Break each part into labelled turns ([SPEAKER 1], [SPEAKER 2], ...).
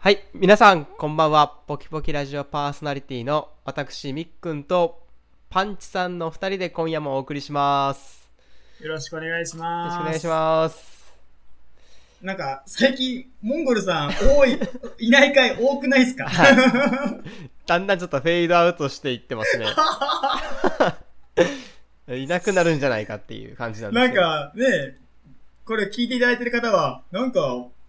[SPEAKER 1] はい、皆さん、こんばんは。ポキポキラジオパーソナリティの私、みっくんとパンチさんの2人で今夜もお送りします。
[SPEAKER 2] よろしくお願いし
[SPEAKER 1] よろ
[SPEAKER 2] ます。
[SPEAKER 1] しくお願いします。
[SPEAKER 2] す。なんか、最近、モンゴルさん、多い、 いない回多くないですか、
[SPEAKER 1] だんだんちょっとフェードアウトしていってます ね。いなくなるんじゃないかっていう感じなんで
[SPEAKER 2] な
[SPEAKER 1] す
[SPEAKER 2] ん
[SPEAKER 1] けど。
[SPEAKER 2] か、ね、これ聞いていただいてる方は、なんか、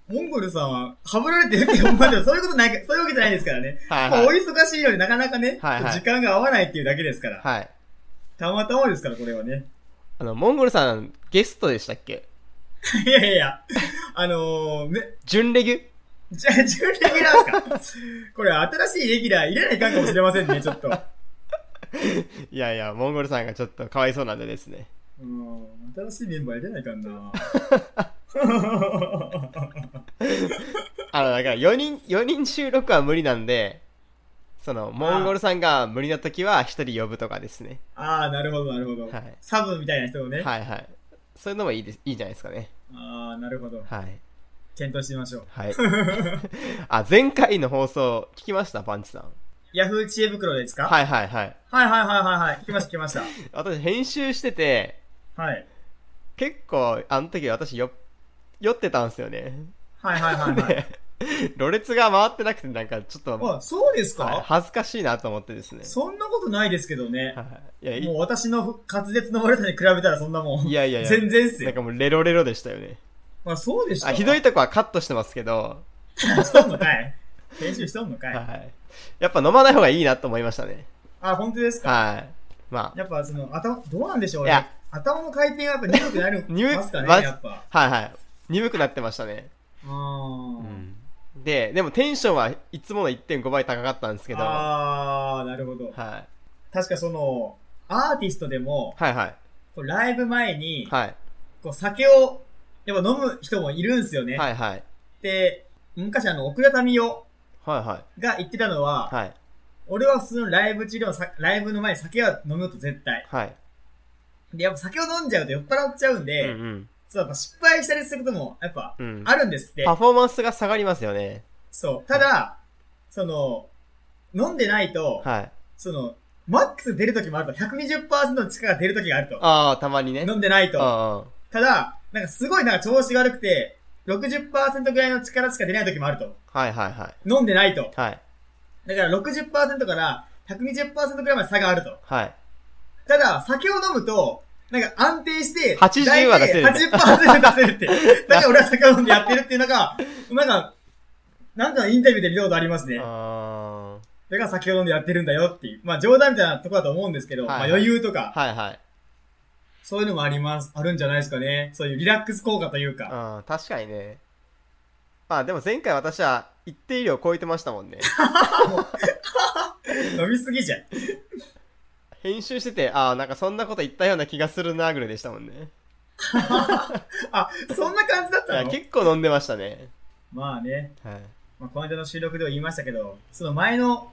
[SPEAKER 2] モンゴルさんは、はぶられてる って思われても、そういうことないか、そういうわけじゃないですからね。
[SPEAKER 1] はい
[SPEAKER 2] まあ、お
[SPEAKER 1] はい、
[SPEAKER 2] 忙しいのになかなかね、
[SPEAKER 1] はいはい
[SPEAKER 2] 時間が合わないっていうだけですから、
[SPEAKER 1] はい。
[SPEAKER 2] たまたまですから、これはね。
[SPEAKER 1] あの、モンゴルさん、ゲストでしたっけ
[SPEAKER 2] いやいやいや、あのー、ね、
[SPEAKER 1] 準レギュ
[SPEAKER 2] じゃあ、準レギュラーですかこれ、新しいレギュラー入れないかんかもしれませんね、ちょっと。
[SPEAKER 1] いやいや、モンゴルさんがちょっとかわいそうなんでですね。
[SPEAKER 2] うん、新しいメンバー入れないかん な。
[SPEAKER 1] あの、だから4人、4人収録は無理なんで、その、モンゴルさんが無理な時は1人呼ぶとかですね。
[SPEAKER 2] ああ、なるほど、なるほど。
[SPEAKER 1] はい
[SPEAKER 2] サブみたいな人をね。
[SPEAKER 1] はいはい。そういうのもいいです、いいじゃないですかね。
[SPEAKER 2] ああ、なるほど。
[SPEAKER 1] はい。
[SPEAKER 2] 検討してみましょう。
[SPEAKER 1] はい。 あ、前回の放送、聞きました、パンチさん。
[SPEAKER 2] ヤフー知恵袋ですか、
[SPEAKER 1] はいはいはい。
[SPEAKER 2] はい、はいはいはいはい。聞きました、聞きました。
[SPEAKER 1] 私、編集してて、
[SPEAKER 2] はい。
[SPEAKER 1] 結構、あの時私、よ、酔ってたんですよね。
[SPEAKER 2] はいはい はい、はい。
[SPEAKER 1] で、ろれつが回ってなくて、なんかちょっと、
[SPEAKER 2] あ、そうですか、
[SPEAKER 1] はい恥ずかしいなと思ってですね。
[SPEAKER 2] そんなことないですけどね。
[SPEAKER 1] はい。いや、い
[SPEAKER 2] もう私の滑舌の悪さに比べたらそんなもん。
[SPEAKER 1] いやいやいや
[SPEAKER 2] 全然っす
[SPEAKER 1] なん
[SPEAKER 2] よ。
[SPEAKER 1] かもうレロレロでしたよね。
[SPEAKER 2] まあそうでした
[SPEAKER 1] あ
[SPEAKER 2] わ。
[SPEAKER 1] ひどいとこはカットしてますけど、
[SPEAKER 2] しとん のかい練習しとんのかい、
[SPEAKER 1] はい。やっぱ飲まない方がいいなと思いましたね。
[SPEAKER 2] あ、本当ですか、
[SPEAKER 1] はい。ま
[SPEAKER 2] やっぱその、頭、どうなんでしょう
[SPEAKER 1] いや
[SPEAKER 2] ね。頭の回転がやっぱ鈍くなる
[SPEAKER 1] 鈍く
[SPEAKER 2] ますかね、
[SPEAKER 1] ま
[SPEAKER 2] やっぱ。
[SPEAKER 1] あ、はいはい。鈍くなってましたね。
[SPEAKER 2] うーん。
[SPEAKER 1] で、でもテンションはいつもの1.5倍高かったんですけど、は
[SPEAKER 2] ああ、なるほど
[SPEAKER 1] い。。はい
[SPEAKER 2] 確かその、アーティストでも、
[SPEAKER 1] はい。
[SPEAKER 2] こうライブ前に、
[SPEAKER 1] はい。
[SPEAKER 2] こう酒を、やっぱ飲む人もいるんですよね。
[SPEAKER 1] はいはい。
[SPEAKER 2] で、昔あの、奥田民生
[SPEAKER 1] はいはい。
[SPEAKER 2] が言ってたのは、
[SPEAKER 1] はい。
[SPEAKER 2] 俺は普通のライブ治療、さライブの前に酒は飲むと絶対。
[SPEAKER 1] はい。
[SPEAKER 2] で、やっぱ酒を飲んじゃうと酔っ払っちゃうん
[SPEAKER 1] うん
[SPEAKER 2] で、
[SPEAKER 1] うん。
[SPEAKER 2] そう、やっぱ失敗したりすることも、やっぱ、
[SPEAKER 1] うん。
[SPEAKER 2] あるんですって。
[SPEAKER 1] パフォーマンスが下がりますよね。
[SPEAKER 2] そう。ただ、その、飲んでないと、
[SPEAKER 1] はい。
[SPEAKER 2] その、マックス出るときもあると、120%の力が出るときがあると。
[SPEAKER 1] ああ、たまにね。
[SPEAKER 2] 飲んでないと。
[SPEAKER 1] あ
[SPEAKER 2] ただ、なんかすごいなんか調子が悪くて、60%ぐらいの力しか出ない時もあると。
[SPEAKER 1] あ。はいはいはい。
[SPEAKER 2] 飲んでないと。
[SPEAKER 1] はい。
[SPEAKER 2] だから60%から120%ぐらいまで差があると。
[SPEAKER 1] はい。
[SPEAKER 2] ただ、酒を飲むと、なんか安定して、
[SPEAKER 1] 80は出せる
[SPEAKER 2] 大体80%出せるって。だから俺は酒を飲んでやってるっていうのが、なんか、なんかインタビューで見たことありますね。
[SPEAKER 1] あ
[SPEAKER 2] だから酒を飲んでやってるんだよっていう。まあ冗談みたいなとこだと思うんですけど、
[SPEAKER 1] はい
[SPEAKER 2] まあ余裕とか
[SPEAKER 1] あ。、はいはい。
[SPEAKER 2] そういうのもあります、あるんじゃないですかね。そういうリラックス効果というか。
[SPEAKER 1] うん、確かにね。まあでも前回私は一定量超えてましたもん ね。
[SPEAKER 2] 飲みすぎじゃん。
[SPEAKER 1] 編集してて、ああ、なんかそんなこと言ったような気がするなぐらいでしたもん ね。
[SPEAKER 2] あ、そんな感じだっ
[SPEAKER 1] い
[SPEAKER 2] た
[SPEAKER 1] や、
[SPEAKER 2] の
[SPEAKER 1] 結構飲んでましたね。
[SPEAKER 2] まあね、
[SPEAKER 1] はい。
[SPEAKER 2] まあ、この間の収録でも言いましたけど、その前の、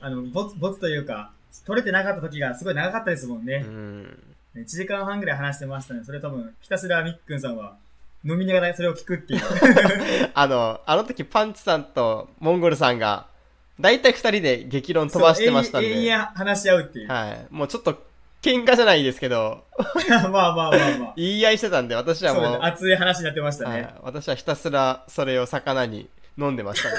[SPEAKER 2] あの、ボツ、ボツというか、取れてなかった時がすごい長かったですもんね
[SPEAKER 1] う。ん。
[SPEAKER 2] 1時間半ぐらい話してましたね。それ多分、ひたすらみっくんさんは、飲みながらそれを聞 くっていう。
[SPEAKER 1] あの、あの時パンチさんとモンゴルさんが、大体二人で激論飛ばしてましたん
[SPEAKER 2] そう永遠永
[SPEAKER 1] で、
[SPEAKER 2] 遠話し合うっていう。
[SPEAKER 1] はい。もうちょっと、喧嘩じゃないですけど、
[SPEAKER 2] まあまあまあまあ。
[SPEAKER 1] 言い合いしてたんで、私は
[SPEAKER 2] そう
[SPEAKER 1] もう、
[SPEAKER 2] だね、熱い話になってました
[SPEAKER 1] は
[SPEAKER 2] ね。
[SPEAKER 1] い、私はひたすらそれを魚に飲んでましたね。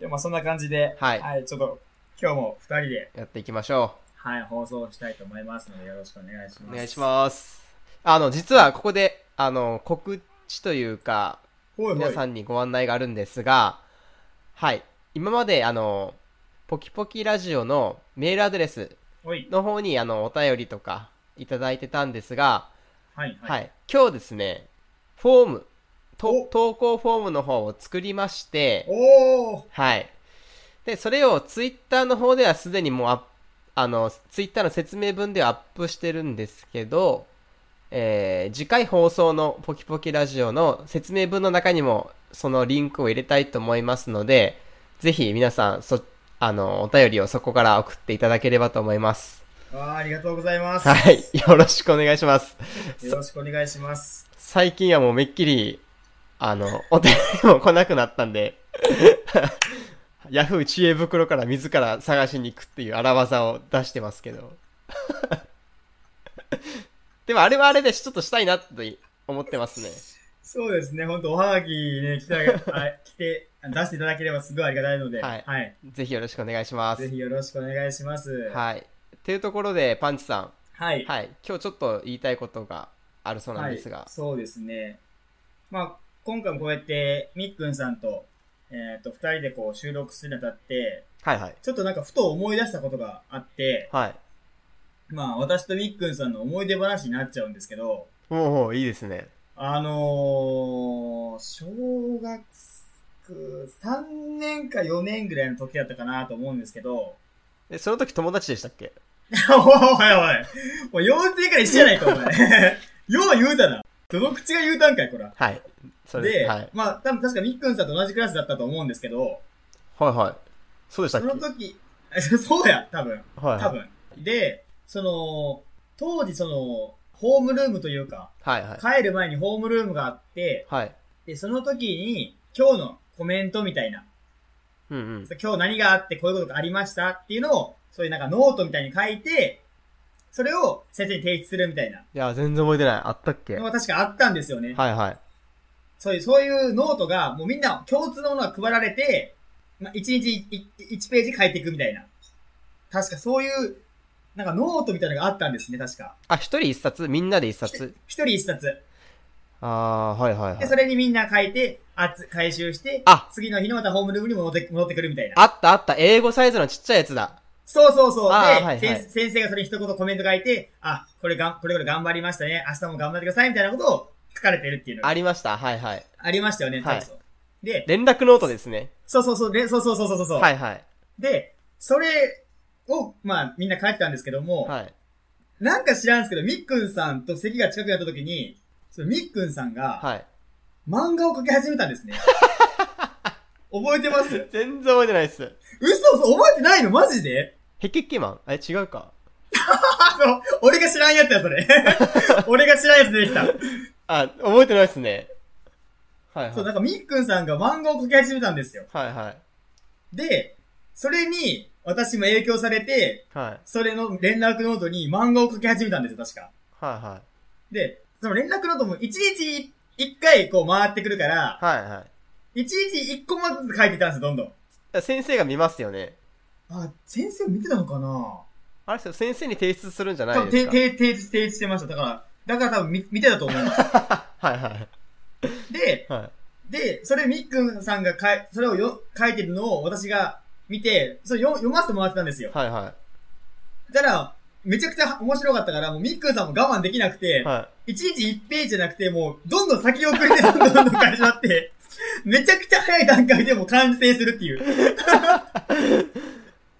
[SPEAKER 2] でまあそんな感じで、
[SPEAKER 1] はい
[SPEAKER 2] ちょっと、今日も二人で、
[SPEAKER 1] やっていきましょ
[SPEAKER 2] はい、放送したいと思いますので、よろしくお願いし
[SPEAKER 1] う。
[SPEAKER 2] ます。
[SPEAKER 1] お願いします。あの、実はここで、あの、告知というか、
[SPEAKER 2] す。ほいほ
[SPEAKER 1] 皆
[SPEAKER 2] い。
[SPEAKER 1] さんにご案内があるんですが、はい。今まで、あの、ポキポキラジオのメールアドレス
[SPEAKER 2] ほい。
[SPEAKER 1] の方に、あの、お便りとかいただいてたんですが、
[SPEAKER 2] はい、
[SPEAKER 1] はい。
[SPEAKER 2] はい。
[SPEAKER 1] 今日ですね、フォーム、と
[SPEAKER 2] お
[SPEAKER 1] 投稿フォームの方を作りまして、
[SPEAKER 2] おー
[SPEAKER 1] はい。で、それをツイッターの方ではすでにもうアップ、あの、ツイッターの説明文ではアップしてるんですけど、えー次回放送のポキポキラジオの説明文の中にもそのリンクを入れたいと思いますので、ぜひ皆さん、そ、あの、お便りをそこから送っていただければと思います。
[SPEAKER 2] わあ、ありがとうございます。
[SPEAKER 1] はい。よろしくお願いします。
[SPEAKER 2] よろしくお願いします。
[SPEAKER 1] 最近はもうめっきり、あの、 お便りも来なくなったんで、 ヤフー知恵袋から自ら探しに行くっていう荒技を出してますけど。 でもあれはあれでちょっとしたいなって思ってますね。
[SPEAKER 2] そうですね、本当おはがきね、来 た、あ来て、出していただければすごいありがたいので、
[SPEAKER 1] はい
[SPEAKER 2] はい。
[SPEAKER 1] ぜひよろしくお願いしま
[SPEAKER 2] ぜ
[SPEAKER 1] す。
[SPEAKER 2] ひよろしくお願いします。
[SPEAKER 1] はい。っていうところで、パンチさん。
[SPEAKER 2] はい。
[SPEAKER 1] はい。今日ちょっと言いたいことがあるそうなんですが。
[SPEAKER 2] はい、そうですね。まあ、今回もこうやって、みっくんさんと、えっ、と、二人でこう収録するにあたって、
[SPEAKER 1] はいはい。
[SPEAKER 2] ちょっとなんかふと思い出したことがあって、
[SPEAKER 1] はい。
[SPEAKER 2] まあ、私とみっくんさんの思い出話になっちゃうんですけど、
[SPEAKER 1] もういいですね。
[SPEAKER 2] あのー、小学3年か4年ぐらいの時だったかなと思うんですけど、
[SPEAKER 1] え、その時友達でしたっけ
[SPEAKER 2] おいおいおい、もう幼稚園から一緒やないか、お前。 よう言うたな。どの口が言うたんかい、こら。
[SPEAKER 1] はい。それ
[SPEAKER 2] で、
[SPEAKER 1] はい。
[SPEAKER 2] まあ、多分確かみっくんさんと同じクラスだったと思うんですけど、
[SPEAKER 1] はいはい。そうでした
[SPEAKER 2] そ
[SPEAKER 1] っけ
[SPEAKER 2] の時、 そうや、多分、
[SPEAKER 1] はいはい。
[SPEAKER 2] 多分。で、その、当時その、ホームルームというか、
[SPEAKER 1] はいはい。
[SPEAKER 2] 帰る前にホームルームがあって、
[SPEAKER 1] はい。
[SPEAKER 2] で、その時に、今日のコメントみたいな、
[SPEAKER 1] うんうん。
[SPEAKER 2] 今日何があってこういうことがありましたっていうのを、そういうなんかノートみたいに書いて、それを先生に提出するみたいない
[SPEAKER 1] や、全然覚えてない。あったっけ
[SPEAKER 2] の
[SPEAKER 1] はい
[SPEAKER 2] が確かあったんですよね。
[SPEAKER 1] はい。
[SPEAKER 2] そういう、そういうノートが、もうみんな共通のものが配られて、まあ、1日1ページ書いていくみたいな。確かそういう、なんかノートみたいなのがあったんですね、確か。
[SPEAKER 1] あ、一人一冊みんなで一冊
[SPEAKER 2] 一人一冊。
[SPEAKER 1] ああー、はいはいは
[SPEAKER 2] で、
[SPEAKER 1] い
[SPEAKER 2] そ。れにみんな書いて、あつ、回収して、
[SPEAKER 1] あ
[SPEAKER 2] 次の日のまたホームルームに戻って、戻ってくるみたいな。
[SPEAKER 1] あったあった。英語サイズのちっちゃいやつだ。
[SPEAKER 2] そうそうそう。で、
[SPEAKER 1] あーはいはい
[SPEAKER 2] 先先生がそれに一言コメント書いて、あ、これがん、これこれ頑張りましたね。明日も頑張ってください、みたいなことを書かれてるっていうのが
[SPEAKER 1] ありました。はいはい。
[SPEAKER 2] ありましたよね、
[SPEAKER 1] はい
[SPEAKER 2] 確かで、
[SPEAKER 1] 連絡ノートですね。
[SPEAKER 2] そうそうそう、でそうそうそうそうそう。
[SPEAKER 1] はいはい。
[SPEAKER 2] で、それを、まあ、みんな書いてたんですけども、
[SPEAKER 1] はい。
[SPEAKER 2] なんか知らんすけど、みっくんさんと席が近くなった時に、そのみっくんさんが、
[SPEAKER 1] はい。
[SPEAKER 2] 漫画を描き始めた んですね。覚えてます
[SPEAKER 1] 全然覚えてないっす。
[SPEAKER 2] 嘘嘘覚えてないのマジで
[SPEAKER 1] ヘキッキマンえ、違うか。
[SPEAKER 2] あの、俺が知らんやつや、それ。俺が知らんやつ出てきた。
[SPEAKER 1] あ、覚えてないっすね。はいはい
[SPEAKER 2] そう、。なんかみっくんさんが漫画を描き始めたんですよ。
[SPEAKER 1] はいはい。
[SPEAKER 2] で、それに、私も影響されて、
[SPEAKER 1] はい。はい
[SPEAKER 2] それの連絡ノートに漫画を描き始めたんですよ、確か。
[SPEAKER 1] は
[SPEAKER 2] で、その連絡ノートも1日1回こう回ってくるから、
[SPEAKER 1] い。はいはい
[SPEAKER 2] 1日1コマずつ書いてたんですよ、どんどん。
[SPEAKER 1] いや。先生が見ますよね。
[SPEAKER 2] あ、先生見てたのかな
[SPEAKER 1] あれっすよ先生に提出するんじゃな
[SPEAKER 2] 多
[SPEAKER 1] い
[SPEAKER 2] 分、
[SPEAKER 1] です
[SPEAKER 2] て、
[SPEAKER 1] か。
[SPEAKER 2] て、提出、提出してました。だから、だから多分見見てたと思います。
[SPEAKER 1] はいはい。
[SPEAKER 2] で、
[SPEAKER 1] はい。
[SPEAKER 2] で、それみっくんさんがかい、それをよ書いてるのを私が見て、それよ読ませてもらってたんですよ。
[SPEAKER 1] はいは
[SPEAKER 2] だから、めちゃくちゃ面白かったから、もうみっくんさんも我慢できなくて
[SPEAKER 1] い。、は
[SPEAKER 2] 1日1ページじゃなくて、もうどんどん先送りでどんどんどんどん始まって、 めちゃくちゃ早い段階でもう完成するっていう。
[SPEAKER 1] い。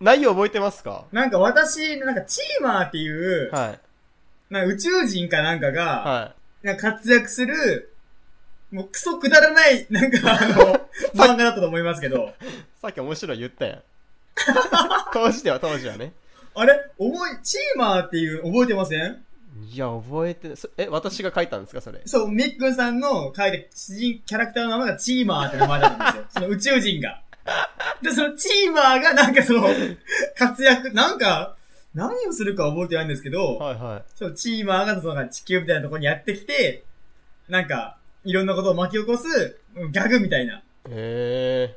[SPEAKER 1] 内容覚えてますか
[SPEAKER 2] なんか私、なんかチーマーっていう、
[SPEAKER 1] はい。
[SPEAKER 2] なんか宇宙人かなんかが、
[SPEAKER 1] は
[SPEAKER 2] なんか活躍する、もうクソくだらない、なんかあの、 漫画だったと思いますけど、
[SPEAKER 1] い。さっき面白い言ったやん。当時では当時はね。
[SPEAKER 2] あれ覚え、チーマーっていう覚えてません
[SPEAKER 1] いや、覚えてない。そえ、私が書いたんですかそれ。
[SPEAKER 2] そう、みっくんさんの書いた主人、キャラクターの名前がチーマーって名前だったん ですよ。その宇宙人が。で、そのチーマーがなんかその、活躍、なんか、何をするか覚えてないんですけど、
[SPEAKER 1] はいは
[SPEAKER 2] そう、チーマーがその地球みたいなところにやってきて、なんか、いろんなことを巻き起こす、うんギャグみたいな、
[SPEAKER 1] い。へえ。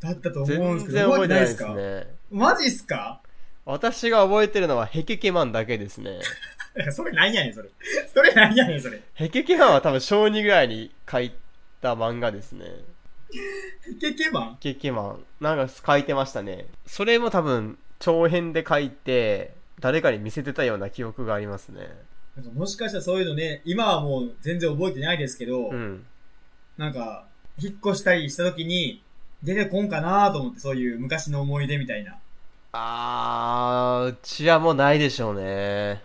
[SPEAKER 2] だったと思うんで
[SPEAKER 1] 全
[SPEAKER 2] すけ
[SPEAKER 1] 然
[SPEAKER 2] ど、
[SPEAKER 1] 覚えてないで
[SPEAKER 2] 覚
[SPEAKER 1] す
[SPEAKER 2] えてないですか
[SPEAKER 1] ね。
[SPEAKER 2] マジっすか
[SPEAKER 1] 私が覚えてるのはヘケケマンだけですね。
[SPEAKER 2] それなんやねん、それ。それなんやねん、それ。
[SPEAKER 1] ヘケケマンは多分小2ぐらいに書いた漫画ですね。
[SPEAKER 2] ケケマン
[SPEAKER 1] ケケマン。なんか書いてましたね。それも多分長編で書いて、誰かに見せてたような記憶がありますね。
[SPEAKER 2] なんかもしかしたらそういうのね、今はもう全然覚えてないですけど、
[SPEAKER 1] うん。
[SPEAKER 2] なんか、引っ越したりした時に、出てこんかなと思って、そういう昔の思い出みたいな。
[SPEAKER 1] あー、うちはもうないでしょうね。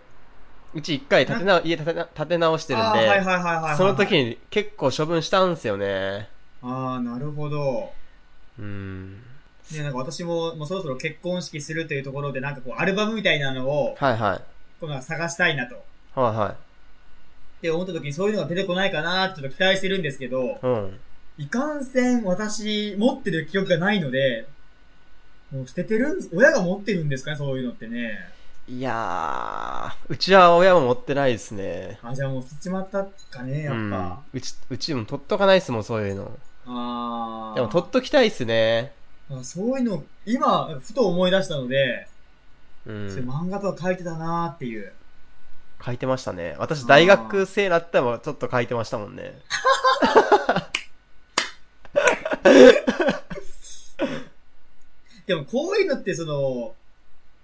[SPEAKER 1] うち一回建てな、家建てな建て直してるん
[SPEAKER 2] あーはいはい
[SPEAKER 1] で、
[SPEAKER 2] はいはい、はい。
[SPEAKER 1] その時。に結構処分したんですよね。
[SPEAKER 2] ああ、なるほど。
[SPEAKER 1] うん。
[SPEAKER 2] ね、なんか私も、もうそろそろ結婚式するというところで、なんかこう、アルバムみたいなのを、
[SPEAKER 1] はいはい。
[SPEAKER 2] こうなんか探したいなと。
[SPEAKER 1] はいはい。
[SPEAKER 2] って思った時にそういうのが出てこないかなってちょっと期待してるんですけど、
[SPEAKER 1] うん。
[SPEAKER 2] いかんせん私持ってる記憶がないので、もう捨ててるんです親が持ってるんですかね、そういうのってね。
[SPEAKER 1] いやー、うちは親も持ってないですね。
[SPEAKER 2] あ、じゃあもう捨てちまったかね、やっぱ。
[SPEAKER 1] うん、うち、うちも取っとかないっすもん、そういうの。
[SPEAKER 2] ああ。
[SPEAKER 1] でも取っときたいっすね。
[SPEAKER 2] あそういうの、今、ふと思い出したので、
[SPEAKER 1] う
[SPEAKER 2] それ
[SPEAKER 1] ん。
[SPEAKER 2] 漫画とか書いてたなーっていう。
[SPEAKER 1] 書いてましたね。私、大学生になったらちょっと書いてましたもんね。
[SPEAKER 2] でもこういうのってその、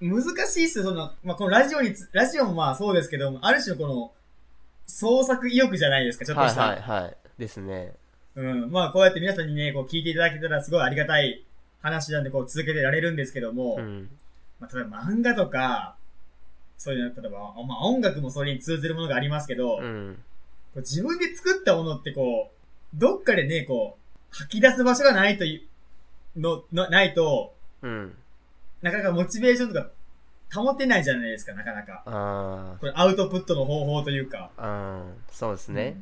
[SPEAKER 2] 難しいっすよ、その、まあ、このラジオにつ、ラジオもまあそうですけども、ある種のこの、創作意欲じゃないですか、ちょっと
[SPEAKER 1] はい
[SPEAKER 2] した。
[SPEAKER 1] はいはい。ですね。
[SPEAKER 2] うん。まあこうやって皆さんにね、こう聞いていただけたらすごいありがたい話なんで、こう続けてられるんですけども、
[SPEAKER 1] うん。
[SPEAKER 2] まあ例えば漫画とか、そういうの、例えば、まあ音楽もそれに通ずるものがありますけ
[SPEAKER 1] う
[SPEAKER 2] ど、こ
[SPEAKER 1] ん。
[SPEAKER 2] う自分で作ったものってこう、どっかでね、こう、吐き出す場所がないという、の、のないと、
[SPEAKER 1] うん。
[SPEAKER 2] なかなかモチベーションとか保てないじゃないですか、なかなか。
[SPEAKER 1] あ
[SPEAKER 2] これアウトプットの方法というか。
[SPEAKER 1] ー、うん。そうですね。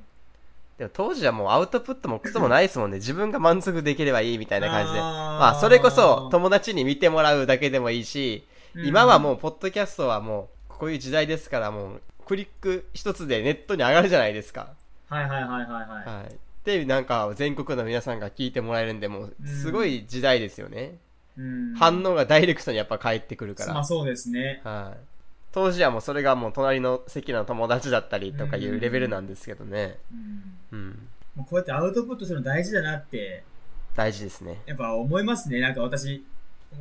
[SPEAKER 1] でも当時はもうアウトプットもクソもないですもんね。 自分が満足できればいいみたいな感じで。ま
[SPEAKER 2] ま
[SPEAKER 1] あ、それこそ、友達に見てもらうだけでもいいし、今はもう、ポッドキャストはもう、こういう時代ですから、もう、クリック一つでネットに上がるじゃないですか。
[SPEAKER 2] うん。はいはいはいはいはい。
[SPEAKER 1] はい。で、なんか、全国の皆さんが聞いてもらえるんで、もう
[SPEAKER 2] う、ん
[SPEAKER 1] すごい時代ですよね。
[SPEAKER 2] うん
[SPEAKER 1] 反応がダイレクトにやっぱ返ってくるか
[SPEAKER 2] まあ
[SPEAKER 1] ら。
[SPEAKER 2] そうですね。
[SPEAKER 1] はい。当時はもうそれがもう隣の席の友達だったりとかいうレベルなんですけどね。
[SPEAKER 2] うん。
[SPEAKER 1] うん。
[SPEAKER 2] もうこうやってアウトプットするの大事だなって、
[SPEAKER 1] 大事ですね。
[SPEAKER 2] やっぱ思いますね。なんか私、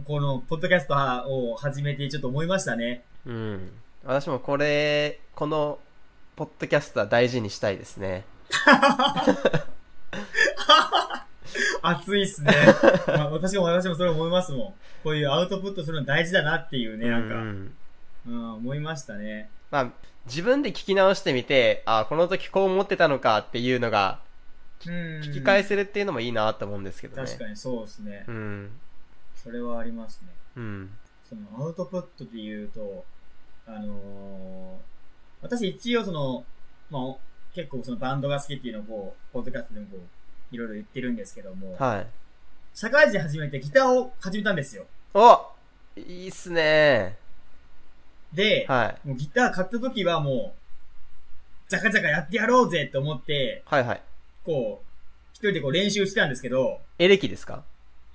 [SPEAKER 2] この、ポッドキャストを始めてちょっと思いましたね。
[SPEAKER 1] うん。私もこれ、この、ポッドキャストは大事にしたいですね。
[SPEAKER 2] 熱いっ すね。まあ私も私もそれ思いますもん。こういうアウトプットするの大事だなっていうね、なんか、
[SPEAKER 1] う
[SPEAKER 2] うん、思いましたね。
[SPEAKER 1] まあ、自分で聞き直してみて、あこの時こう思ってたのかっていうのが、
[SPEAKER 2] 聞
[SPEAKER 1] 聞き返せるっていうのもいいなと思うんですけどね。
[SPEAKER 2] 確かにそうですね。
[SPEAKER 1] うん。
[SPEAKER 2] それはありますね。
[SPEAKER 1] うん。
[SPEAKER 2] そのアウトプットで言うと、あのー私一応その、まあお、結構そのバンドが好きっていうのをこう、ポッドキャストでもこう、いろいろ言ってるんですけども、
[SPEAKER 1] はい。
[SPEAKER 2] 社会人始めてギターを始めたんですよ。
[SPEAKER 1] おいいっすね
[SPEAKER 2] で、
[SPEAKER 1] はい。
[SPEAKER 2] もうギター買った時はもう、じゃかじゃかやってやろうぜって思って、
[SPEAKER 1] はいはい。
[SPEAKER 2] こう、一人でこう練習してたんですけど、
[SPEAKER 1] エレキですか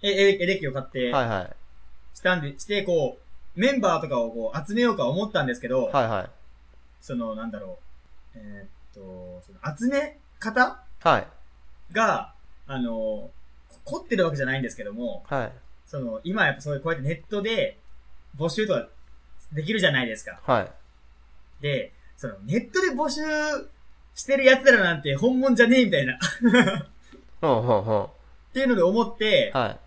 [SPEAKER 2] え、え、エレキを買って、
[SPEAKER 1] はいはい。
[SPEAKER 2] したんで、して、こう、メンバーとかをこう集めようか思ったんですけど、
[SPEAKER 1] はいはい。
[SPEAKER 2] その、なんだろう、えーっと、その集め方
[SPEAKER 1] はい。
[SPEAKER 2] が、あの、こ凝ってるわけじゃないんですけども、
[SPEAKER 1] はい。
[SPEAKER 2] その、今やっぱそういう、こうやってネットで募集とかできるじゃないですか。
[SPEAKER 1] はい。
[SPEAKER 2] で、その、ネットで募集してる奴らなんて本物じゃねえみたいな、っ
[SPEAKER 1] ほうほうほ
[SPEAKER 2] ていうので思って
[SPEAKER 1] う。、はい。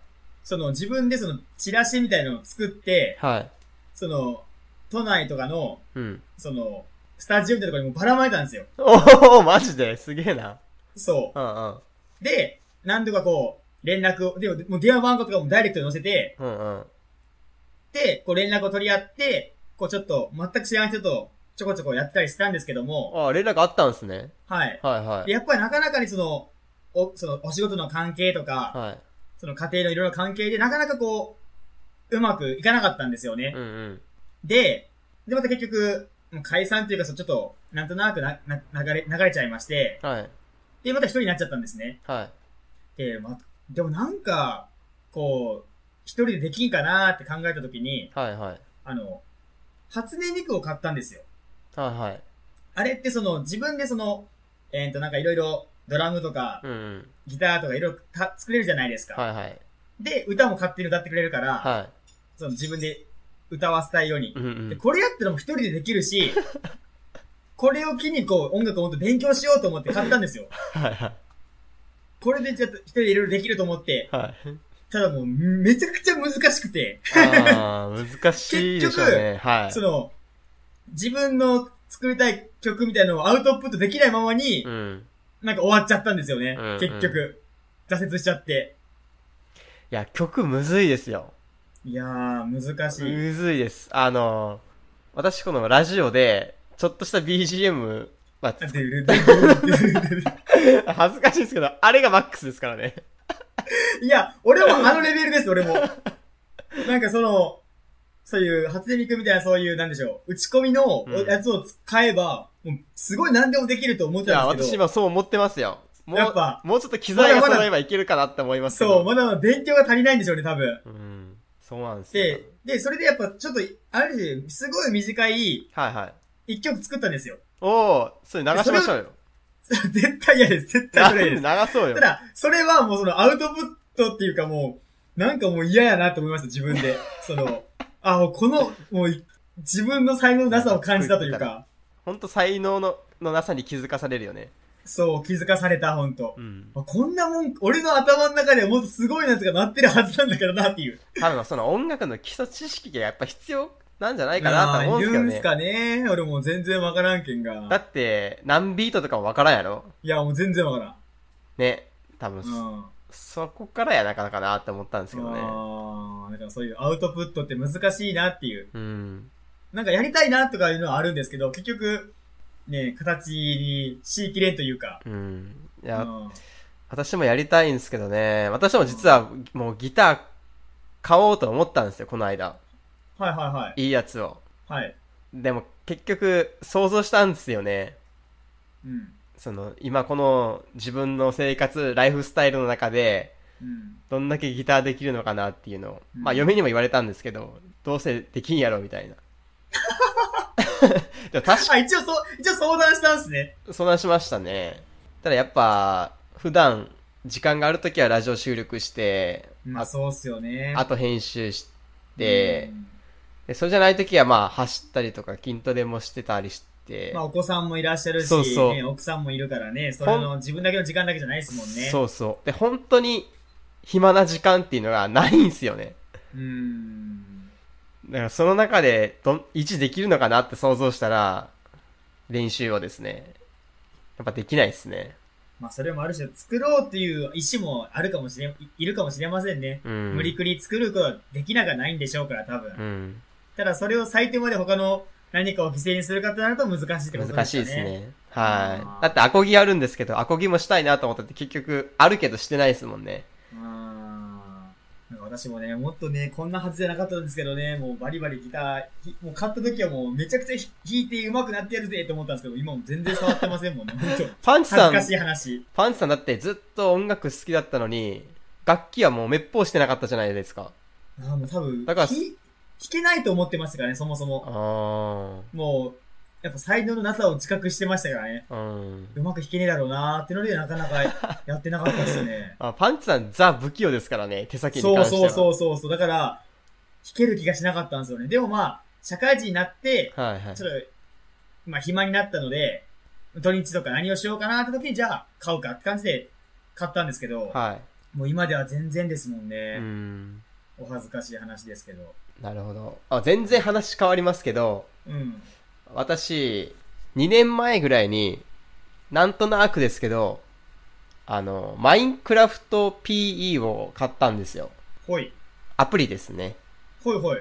[SPEAKER 2] その、自分でその、チラシみたいなのを作って、
[SPEAKER 1] はい。
[SPEAKER 2] その、都内とかの、
[SPEAKER 1] うん。
[SPEAKER 2] その、スタジオみたいなところにもばらまいたんですよ。
[SPEAKER 1] おおマジですげえな。
[SPEAKER 2] そう。
[SPEAKER 1] うんうん。
[SPEAKER 2] で、何度かこう、連絡を、で、もう電話番号とかもダイレクトに載せて、
[SPEAKER 1] うんうん。
[SPEAKER 2] で、こう連絡を取り合って、こうちょっと、全く知らない人と、ちょこちょこやったりしたんですけども、
[SPEAKER 1] あ連絡あったんすね。
[SPEAKER 2] はい。
[SPEAKER 1] はいはい。
[SPEAKER 2] やっぱりなかなかにその、お、その、お仕事の関係とか、
[SPEAKER 1] はい。
[SPEAKER 2] その家庭のいろいろ関係で、なかなかこう、うまくいかなかったんですよね
[SPEAKER 1] うん。うん。
[SPEAKER 2] で、で、また結局、もう解散というか、そうちょっと、なんとなくな、な、流れ、流れちゃいまして、
[SPEAKER 1] はい。
[SPEAKER 2] で、また一人になっちゃったんですね。
[SPEAKER 1] はい。
[SPEAKER 2] で、ま、でもなんか、こう、一人でできんかなーって考えたときに、
[SPEAKER 1] はいはい。
[SPEAKER 2] あの、初音ミクを買ったんですよ。
[SPEAKER 1] はいはい。
[SPEAKER 2] あれってその、自分でその、えーっ、と、なんかいろいろ、ドラムとか
[SPEAKER 1] う、んうん。
[SPEAKER 2] ギターとかいろいろた作れるじゃないですか。
[SPEAKER 1] はいはい。
[SPEAKER 2] で、歌も勝手に歌ってくれるから、
[SPEAKER 1] は
[SPEAKER 2] その自分で歌わせたいように
[SPEAKER 1] い。。うんう
[SPEAKER 2] で、
[SPEAKER 1] ん。
[SPEAKER 2] これやったらもう一人でできるし、これを機にこう、音楽をもっと勉強しようと思って買ったんですよ。
[SPEAKER 1] はいはい。
[SPEAKER 2] これでちょっと一人でいろいろできると思って、
[SPEAKER 1] はい。
[SPEAKER 2] ただもう、めちゃくちゃ難しくて、
[SPEAKER 1] ああ、難しいでしょうね。はい。
[SPEAKER 2] その、自分の作りたい曲みたいなのをアウトプットできないままに、
[SPEAKER 1] うん。
[SPEAKER 2] なんか終わっちゃったんですよね。
[SPEAKER 1] うんうん
[SPEAKER 2] 結局。挫折しちゃって。
[SPEAKER 1] いや、曲むずいですよ。
[SPEAKER 2] いやー、難しい。
[SPEAKER 1] むずいです。あの、私このラジオで、ちょっとした BGM、まあ、まあ、
[SPEAKER 2] でるでる
[SPEAKER 1] 恥ずかしいですけど、あれがマックスですからね。
[SPEAKER 2] いや、俺もあのレベルです、俺も。なんかその、そういう、初音ミクみたいなそういう、なんでしょう、打ち込みの
[SPEAKER 1] うん
[SPEAKER 2] やつを使えば、もうすごい何でもできると思っ
[SPEAKER 1] い
[SPEAKER 2] て
[SPEAKER 1] や、
[SPEAKER 2] たんです
[SPEAKER 1] 私
[SPEAKER 2] けど、
[SPEAKER 1] 今そう思ってますよ。もう、
[SPEAKER 2] やっぱ
[SPEAKER 1] もうちょっと機材が揃えばいけるかなって思いますけ
[SPEAKER 2] そう、
[SPEAKER 1] ど。
[SPEAKER 2] まだ勉強が足りないんでしょうね、多分。
[SPEAKER 1] う。ん。そうなんですよ
[SPEAKER 2] で。、で、それでやっぱちょっと、ある種、すごい短い
[SPEAKER 1] はいはい。
[SPEAKER 2] 一曲作ったんですよ。
[SPEAKER 1] おおそれ流しましょうよ。
[SPEAKER 2] 絶対嫌です、絶対それ嫌で す。
[SPEAKER 1] 流そうよ
[SPEAKER 2] た。だ、それはもうそのアウトプットっていうかもう、なんかもう嫌やなって思いました、自分 で。その、あ、もうこの、もうい、自分の才能のなさを感じたというか、
[SPEAKER 1] ほんと才能ののなさに気づかされるよね。
[SPEAKER 2] そう、気づかされた、ほんと
[SPEAKER 1] う。ん。
[SPEAKER 2] あこんなもん、俺の頭の中ではもっとすごいやつがなってるはずなんだけどなっていう。
[SPEAKER 1] 多分その音楽の基礎知識がやっぱ必要なんじゃないかなと思うんですけど
[SPEAKER 2] いや
[SPEAKER 1] ね。
[SPEAKER 2] ー言うんすかね俺もう全然わからんけん
[SPEAKER 1] だ
[SPEAKER 2] が。
[SPEAKER 1] って、何ビートとかもわからんやろ
[SPEAKER 2] いや、もう全然わか
[SPEAKER 1] ね。多分
[SPEAKER 2] らん。うん。
[SPEAKER 1] そ、そこからやなかなかなって思ったんですけどね。
[SPEAKER 2] ああ、だからそういうアウトプットって難しいなっていう。
[SPEAKER 1] うん。
[SPEAKER 2] なんかやりたいなとかいうのはあるんですけど、結局、ね、形にしきれんというか。
[SPEAKER 1] うん。いうや、
[SPEAKER 2] ん、
[SPEAKER 1] 私もやりたいんですけどね。私も実はもうギター買おうと思ったんですよ、この間。
[SPEAKER 2] はいはいはい。
[SPEAKER 1] いいやつを。
[SPEAKER 2] はい。
[SPEAKER 1] でも結局想像したんですよね。
[SPEAKER 2] うん。
[SPEAKER 1] その、今この自分の生活、ライフスタイルの中で、
[SPEAKER 2] うん。
[SPEAKER 1] どんだけギターできるのかなっていうのを、
[SPEAKER 2] うん
[SPEAKER 1] まあ嫁にも言われたんですけど、どうせできんやろみ たいな。でも確か
[SPEAKER 2] あ、一応そう、一応相談したんすね。
[SPEAKER 1] に、相談しましたね。ただやっぱ、普段、時間があるときはラジオ収録して、
[SPEAKER 2] まあそうっすよね。
[SPEAKER 1] あと編集し、
[SPEAKER 2] って
[SPEAKER 1] でそれじゃないときはまあ走ったりとか筋トレもしてたりして、
[SPEAKER 2] まあお子さんもいらっしゃるし、
[SPEAKER 1] そうそう
[SPEAKER 2] ね、奥さんもいるからね、それ
[SPEAKER 1] ほ
[SPEAKER 2] の自分だけの時間だけじゃないですもんね。
[SPEAKER 1] そうそう。で、本当に暇な時間っていうのがないんすよね。
[SPEAKER 2] う。うん。
[SPEAKER 1] だからその中でどん維持できるのかなって想像したら練習をですねやっぱできないですね
[SPEAKER 2] まあそれもある種作ろうっていう意思もあるかもしれん、いいるかもしれませんね。
[SPEAKER 1] うん
[SPEAKER 2] 無理くり作ることはできなくはないんでしょうから、多分。
[SPEAKER 1] うん
[SPEAKER 2] ただそれを最低まで他の何かを犠牲にするかとなると難しいってことですね。
[SPEAKER 1] 難しいですね。
[SPEAKER 2] あ
[SPEAKER 1] は
[SPEAKER 2] ー
[SPEAKER 1] いだってアコギあるんですけどアコギもしたいなと思ったって結局あるけどしてないですもんね
[SPEAKER 2] うーん。なんか私もね、もっとね、こんなはずじゃなかったんですけどね、もうバリバリギターひ、もう買った時はもうめちゃくちゃひ弾いて上手くなってやるぜと思ったんですけど、今も全然触ってません もんね、本当
[SPEAKER 1] パンチ
[SPEAKER 2] 恥
[SPEAKER 1] さん
[SPEAKER 2] ずかしい話。
[SPEAKER 1] パンチさんだってずっと音楽好きだったのに楽器はもう滅法してなかったじゃないですか
[SPEAKER 2] ああ、もう多分、
[SPEAKER 1] だから
[SPEAKER 2] ひ弾けないと思ってましたからね、そもそも。
[SPEAKER 1] あ
[SPEAKER 2] もう、やっぱ才能のなさを自覚してましたからね。
[SPEAKER 1] あうん
[SPEAKER 2] うまく弾けねえだろうなーってので、なかなかやってなかったで
[SPEAKER 1] 。
[SPEAKER 2] すね
[SPEAKER 1] あパンチさんザ不器用ですからね手先に
[SPEAKER 2] そう
[SPEAKER 1] 関しては
[SPEAKER 2] そうそうそうそう。だから、弾ける気がしなかったんですよね。でもまあ、社会人になって、
[SPEAKER 1] はいはい
[SPEAKER 2] ちょっと、まあ暇になったので、土日とか何をしようかなって時に、じゃあ買うかって感じで買ったんですけど、
[SPEAKER 1] は
[SPEAKER 2] もう今では全然ですもん
[SPEAKER 1] い
[SPEAKER 2] ね
[SPEAKER 1] う。ん
[SPEAKER 2] お恥ずかしい話ですけど。
[SPEAKER 1] なるほど。あ、全然話変わりますけど、
[SPEAKER 2] うん。
[SPEAKER 1] 私、2年前ぐらいに、なんとなくですけど、あの、マインクラフト PE を買ったんですよ。
[SPEAKER 2] ほい。
[SPEAKER 1] アプリですね。
[SPEAKER 2] ほいほい。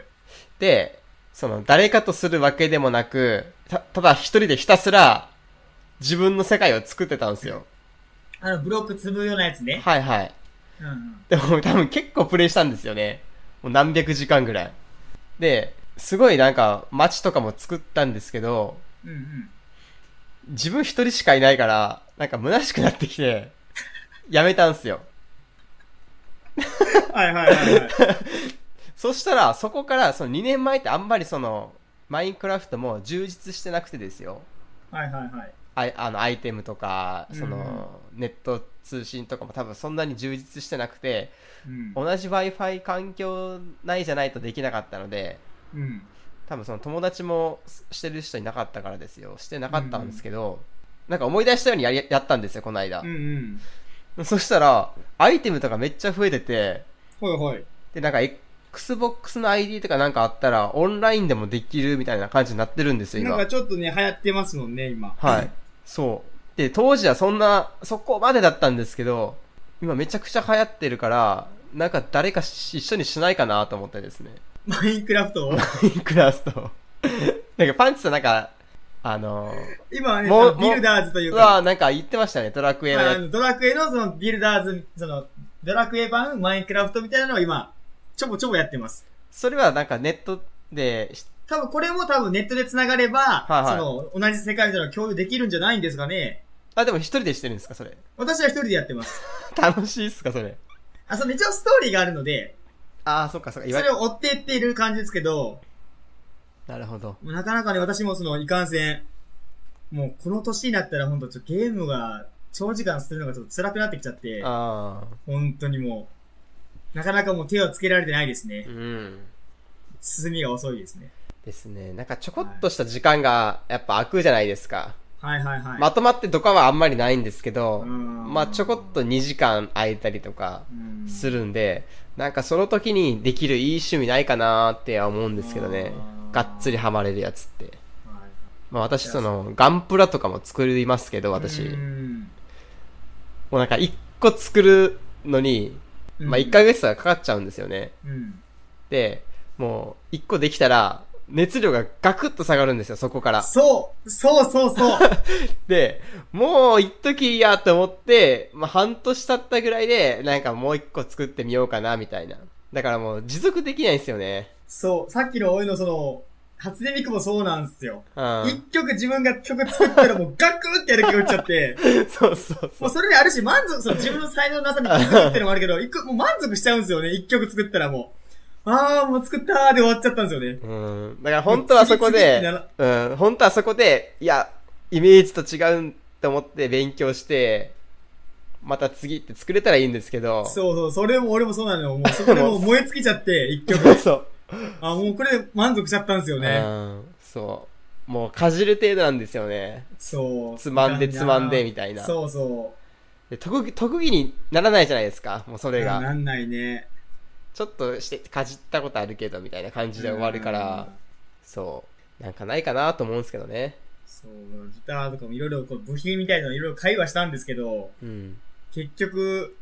[SPEAKER 1] で、その、誰かとするわけでもなく、た、ただ一人でひたすら、自分の世界を作ってたんですよ。
[SPEAKER 2] あの、ブロック積むようなやつね。
[SPEAKER 1] はいはい。
[SPEAKER 2] うんうん。
[SPEAKER 1] でも多分結構プレイしたんですよね。もう何百時間ぐらい。で、すごいなんか街とかも作ったんですけど、
[SPEAKER 2] うんうん。
[SPEAKER 1] 自分一人しかいないから、なんか虚しくなってきて、 やめたんすよ。
[SPEAKER 2] はいはいはいはい。
[SPEAKER 1] そしたら、そこから、その2年前ってあんまりその、マインクラフトも充実してなくてですよ。
[SPEAKER 2] はいはいはい。
[SPEAKER 1] あいあの、アイテムとか、そ
[SPEAKER 2] うん
[SPEAKER 1] の、ネット通信とかも多分そんなに充実してなくて、
[SPEAKER 2] うん。
[SPEAKER 1] 同じ Wi-Fi 環境内じゃないとできなかったので、
[SPEAKER 2] うん。
[SPEAKER 1] 多分その友達もしてる人いなかったからですよ。してなかったんですけど、なんか思い出したようにやりやったんですよ、この間
[SPEAKER 2] うん。うん。
[SPEAKER 1] そしたら、アイテムとかめっちゃ増えてて、
[SPEAKER 2] ほいほい。
[SPEAKER 1] で、なんか Xbox の ID とかなんかあったら、オンラインでもできるみたいな感じになってるんですよ、
[SPEAKER 2] なん
[SPEAKER 1] 今。
[SPEAKER 2] かちょっとね、流行ってますもんね、今。
[SPEAKER 1] はい。そう。で、当時はそんな、そこまでだったんですけど、今めちゃくちゃ流行ってるから、なんか誰かし一緒にしないかなと 思ってですね。
[SPEAKER 2] マインクラフトを。
[SPEAKER 1] インクラフトを。なんかパンチさんなんか、あの
[SPEAKER 2] 今ね、
[SPEAKER 1] もう
[SPEAKER 2] あのビルダーズという
[SPEAKER 1] ー、う
[SPEAKER 2] か、
[SPEAKER 1] わーなんか言ってましたね、ドラクエのや
[SPEAKER 2] あ
[SPEAKER 1] つ。
[SPEAKER 2] のドラクエのそのビルダーズ、その、ドラクエ版マインクラフトみたいなのを今、ちょこちょこやってます。
[SPEAKER 1] それはなんかネットでし、
[SPEAKER 2] 多分これも多分ネットで繋がれば、
[SPEAKER 1] いはい
[SPEAKER 2] その、同じ世界みたいなのを共有できるんじゃないんですかね。
[SPEAKER 1] あ、でも一人でしてるんですか、それ。
[SPEAKER 2] 私は一人でやってます。
[SPEAKER 1] 楽しいっすか、それ。
[SPEAKER 2] あ、その一応ストーリーがあるので、
[SPEAKER 1] ああ、そっかそっか、いわ
[SPEAKER 2] そ
[SPEAKER 1] ゆ
[SPEAKER 2] れ
[SPEAKER 1] る。
[SPEAKER 2] を追っていっている感じですけど、
[SPEAKER 1] なるほど。
[SPEAKER 2] もうなかなかね、私もその、いかんせん、もうこの年になったら本当ちょっとゲームが、長時間するのがちょっと辛くなってきちゃって、
[SPEAKER 1] ああ、
[SPEAKER 2] 本当にもう、なかなかもう手をつけられてないですね
[SPEAKER 1] う。ん。
[SPEAKER 2] 進みが遅いですね。
[SPEAKER 1] ですね。なんかちょこっとした時間がやっぱ空くじゃないですか。
[SPEAKER 2] はいはいはい。
[SPEAKER 1] まとまってとかはあんまりないんですけど、
[SPEAKER 2] うん
[SPEAKER 1] まあちょこっと2時間空いたりとか
[SPEAKER 2] うん
[SPEAKER 1] するんで、なんかその時にできるいい趣味ないかなーっては思うんですけどね。がっつりハマれるやつって。
[SPEAKER 2] はい
[SPEAKER 1] まあ私そのガンプラとかも作りますけど、私。
[SPEAKER 2] うん
[SPEAKER 1] もうなんか1個作るのに、まあ1ヶ月とかかかっちゃうんですよね。
[SPEAKER 2] うん。
[SPEAKER 1] で、もう1個できたら、熱量がガクッと下がるんですよ、そこから。
[SPEAKER 2] そうそうそうそう
[SPEAKER 1] で、もう一時やと思って、まあ、半年経ったぐらいで、なんかもう一個作ってみようかな、みたいな。だからもう持続できないんですよね。
[SPEAKER 2] そう、さっきのおいのその、初音ミクもそうなんですよ。
[SPEAKER 1] う
[SPEAKER 2] 一
[SPEAKER 1] ん。
[SPEAKER 2] 曲自分が曲作ったらもうガクってやる気が起き ちゃって、
[SPEAKER 1] そうそうそ
[SPEAKER 2] も
[SPEAKER 1] う
[SPEAKER 2] う。それであるし満足、その自分の才能のなさに気づくってのもあるけど、一個もう満足しちゃうんですよね、一曲作ったらもう。あーもう作ったーで終わっちゃったんですよね。
[SPEAKER 1] うん。だから本当はそこ
[SPEAKER 2] もう次
[SPEAKER 1] で
[SPEAKER 2] 々、
[SPEAKER 1] うん。本当はそこで、いや、イメージと違うんと思って勉強して、また次って作れたらいいんですけど。
[SPEAKER 2] そうそう、それも俺もそうなのよ。もうそこでもう燃え尽きち ゃって、一曲。
[SPEAKER 1] そうそう。
[SPEAKER 2] あ、もうこれで満足しちゃったんですよ
[SPEAKER 1] う
[SPEAKER 2] ね。
[SPEAKER 1] ん。そう。もうかじる程度なんですよね。
[SPEAKER 2] そう。
[SPEAKER 1] つまんでつまんでみたいな
[SPEAKER 2] そうそ。
[SPEAKER 1] で特技、特技にならないじゃないですか。もうそうれが。
[SPEAKER 2] なんないね。
[SPEAKER 1] ちょっとして、かじったことあるけど、みたいな感じで終わるから、そう。なんかないかなと思うんですけどね。
[SPEAKER 2] うん。そう、ギターとかもいろいろこう部品みたいなのいろいろ会話したんですけど、
[SPEAKER 1] うん。
[SPEAKER 2] 結局、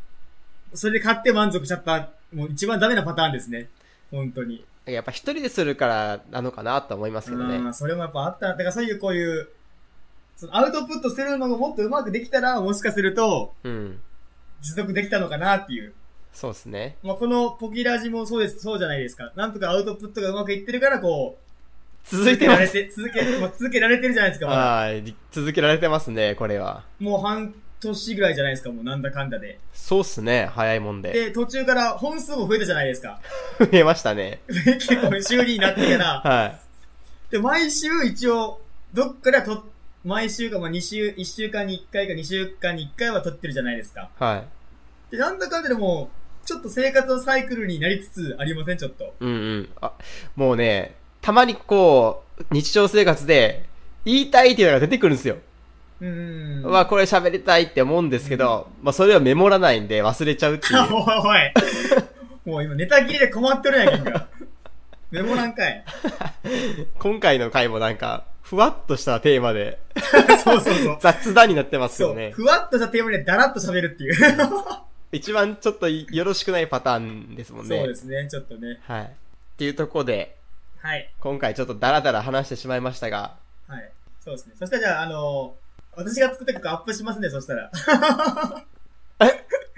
[SPEAKER 2] それで買って満足しちゃった、もう一番ダメなパターンですね。本当に。
[SPEAKER 1] だからやっぱ一人でするからなのかなと思いますけど
[SPEAKER 2] う
[SPEAKER 1] ね。
[SPEAKER 2] ん、それもやっぱあった。だからそういうこういう、そのアウトプットするのがもっとうまくできたら、もしかすると、
[SPEAKER 1] うん。
[SPEAKER 2] 持続できたのかなっていう。
[SPEAKER 1] そうですね。
[SPEAKER 2] まあ、このポキラジもそうです、そうじゃないですか。なんとかアウトプットがうまくいってるから、こう、
[SPEAKER 1] 続いて
[SPEAKER 2] ら
[SPEAKER 1] ま
[SPEAKER 2] れ
[SPEAKER 1] す。
[SPEAKER 2] て、続 け、まあ、続けられてるじゃないですか、まだ
[SPEAKER 1] はい。続けられてますね、これは。
[SPEAKER 2] もう半年ぐらいじゃないですか、もうなんだかんだで。
[SPEAKER 1] そうっすね、早いもんで。
[SPEAKER 2] で、途中から本数も増えたじゃないですか。
[SPEAKER 1] 増えましたね。
[SPEAKER 2] 結構修理になってから。
[SPEAKER 1] は
[SPEAKER 2] で、毎週一応、どっからと、毎週か、まあ、2週、1週間に1回か2週間に1回は撮ってるじゃないですか。
[SPEAKER 1] い。はい。
[SPEAKER 2] で、なんだかんだでもう、ちょっと生活のサイクルになりつつありません、ちょっと。
[SPEAKER 1] うんうん。あ、もうね、たまにこう、日常生活で、言いたいっていうのが出てくるんですよ。
[SPEAKER 2] うーん。
[SPEAKER 1] うわ、これ喋りたいって思うんですけど、まあそれをメモらないんで忘れちゃうっていう。
[SPEAKER 2] おいおい。もう今ネタ切れで困っとるやんけ、君 が。メモなんかい。
[SPEAKER 1] 今回の回もなんか、ふわっとしたテーマで、
[SPEAKER 2] そうそうそう。
[SPEAKER 1] 雑談になってます
[SPEAKER 2] そ
[SPEAKER 1] よ
[SPEAKER 2] う、
[SPEAKER 1] ね。
[SPEAKER 2] ふわっとしたテーマでダラッと喋るっていう。
[SPEAKER 1] 一番ちょっとよろしくないパターンですもんね。
[SPEAKER 2] そうですね、ちょっとね。
[SPEAKER 1] はい。っていうとこで、
[SPEAKER 2] はい。
[SPEAKER 1] 今回ちょっとダラダラ話してしまいましたが、
[SPEAKER 2] はい。そうですね。そしたらじゃあ、あのー私が作った曲アップしますね、そしたら。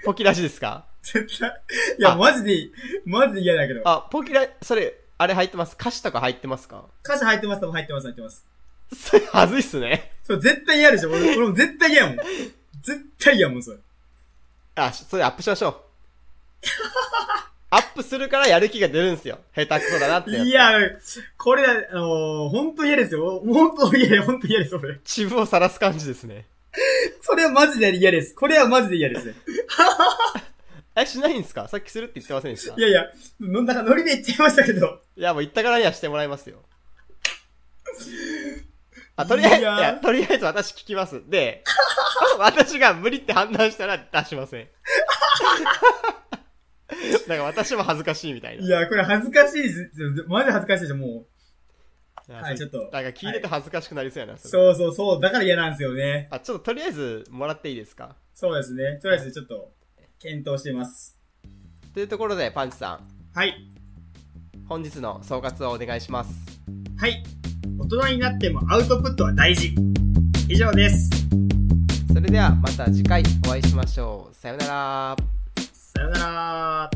[SPEAKER 1] ポキラジですか
[SPEAKER 2] 絶対。いや、
[SPEAKER 1] あ
[SPEAKER 2] マジで、マジで嫌だけど。
[SPEAKER 1] あ、ポキラ、それ、あれ入ってます歌詞とか入ってますか
[SPEAKER 2] 歌詞入ってます、多分入ってます、入ってます。
[SPEAKER 1] それ、はずいっすね。
[SPEAKER 2] そう、絶対嫌でしょ。俺俺も絶対嫌やもん。絶対嫌もん、それ。
[SPEAKER 1] あ、それアップしま しょう。アップするからやる気が出るんですよ。下手くそだなってやつ
[SPEAKER 2] いや、これ、あのー、本当嫌ですよ。本当嫌、本当嫌です、俺。
[SPEAKER 1] チブを晒す感じですね。
[SPEAKER 2] それはマジで嫌です。これはマジで嫌です。
[SPEAKER 1] え、しないんですかさっきするって言ってませんでした
[SPEAKER 2] いやいや、のなんかノリで言っちゃいましたけど。
[SPEAKER 1] いや、もう言ったからにはしてもらいますよ。あ、とりあえず、
[SPEAKER 2] い
[SPEAKER 1] い
[SPEAKER 2] やー
[SPEAKER 1] や、とりあえず私聞きます。で、 私が無理って判断したら出しません。 なんか私も恥ずかしいみたい
[SPEAKER 2] い
[SPEAKER 1] な。
[SPEAKER 2] や、これ恥ずかしいです。マジ恥ずかしいでしょ、もはい
[SPEAKER 1] それ
[SPEAKER 2] ちょっと
[SPEAKER 1] なんか聞いてて恥ずかしくなりそうやな、
[SPEAKER 2] う。
[SPEAKER 1] それ
[SPEAKER 2] そうそうそう。だから嫌なんですよね。
[SPEAKER 1] あ、ちょっととりあえずもらっていいですか
[SPEAKER 2] そうですね。とりあえずちょっと、検討してます。
[SPEAKER 1] というところで、パンチさん、
[SPEAKER 2] はい。
[SPEAKER 1] 本日の総括をお願いします。
[SPEAKER 2] はい。大人になってもアウトプットは大事。以上です。
[SPEAKER 1] それではまた次回お会いしましょう。さようなら。
[SPEAKER 2] さよなら。